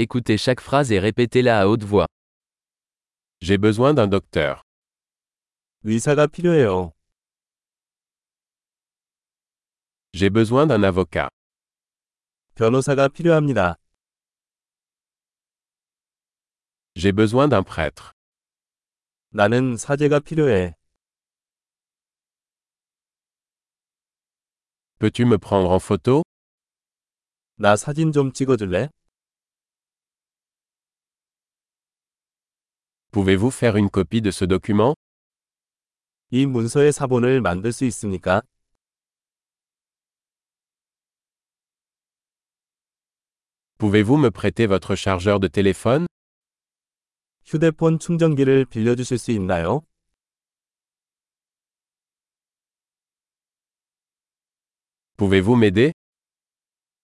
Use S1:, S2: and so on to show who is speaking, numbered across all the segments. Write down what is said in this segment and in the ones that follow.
S1: Écoutez chaque phrase et répétez-la à haute voix.
S2: J'ai besoin d'un docteur.
S3: 의사가 필요해요.
S2: J'ai besoin d'un avocat.
S3: 변호사가 필요합니다.
S2: J'ai besoin d'un prêtre.
S3: 나는 사제가 필요해.
S2: Peux-tu me prendre en photo
S3: 나 사진 좀 찍어줄래?
S2: Pouvez-vous faire une copie de ce document
S3: 이 문서의 사본을 만들 수 있습니까?
S2: Pouvez-vous me prêter votre chargeur de téléphone
S3: 휴대폰 충전기를 빌려주실 수 있나요?
S2: Pouvez-vous m'aider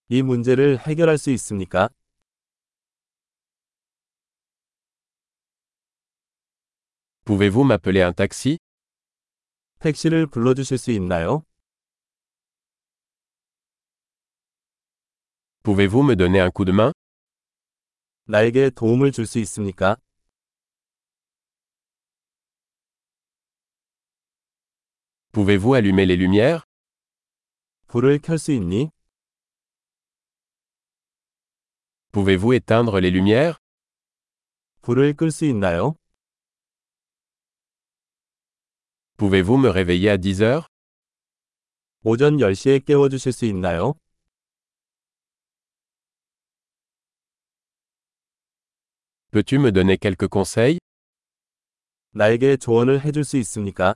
S3: 이 문제를 해결할 수 있습니까?
S2: Pouvez-vous m'appeler un taxi
S3: 택시를 불러주실 수 있나요?
S2: Pouvez-vous me donner un coup de main
S3: 나에게 도움을 줄 수 있습니까?
S2: Pouvez-vous allumer les lumières
S3: 불을 켤 수 있니?
S2: Pouvez-vous éteindre les lumières
S3: 불을 끌 수 있나요?
S2: Pouvez-vous me réveiller à 10 heures
S3: 오전 10시에 깨워주실 수 있나요?
S2: Peux-tu me donner quelques conseils
S3: 나에게 조언을 해줄 수 있습니까?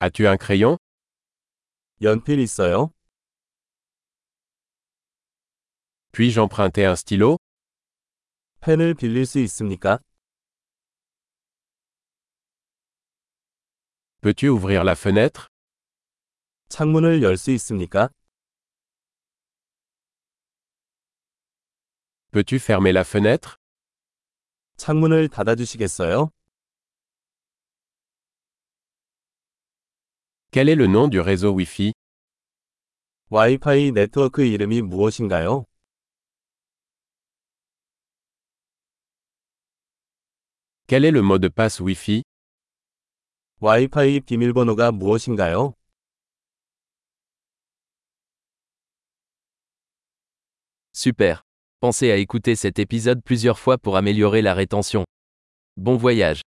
S2: As-tu un crayon
S3: 연필 있어요?
S2: Puis-je emprunter un stylo
S3: 펜을 빌릴 수 있습니까?
S2: Peux-tu ouvrir la fenêtre
S3: 창문을 열 수 있습니까?
S2: Peux-tu fermer la fenêtre
S3: 창문을 닫아주시겠어요?
S2: Quel est le nom du réseau Wi-Fi
S3: 와이파이 네트워크 이름이 무엇인가요?
S2: Quel est le mot de passe Wi-Fi
S3: 와이파이 비밀번호가 무엇인가요?
S1: Super. Pensez à écouter cet épisode plusieurs fois pour améliorer la rétention. Bon voyage.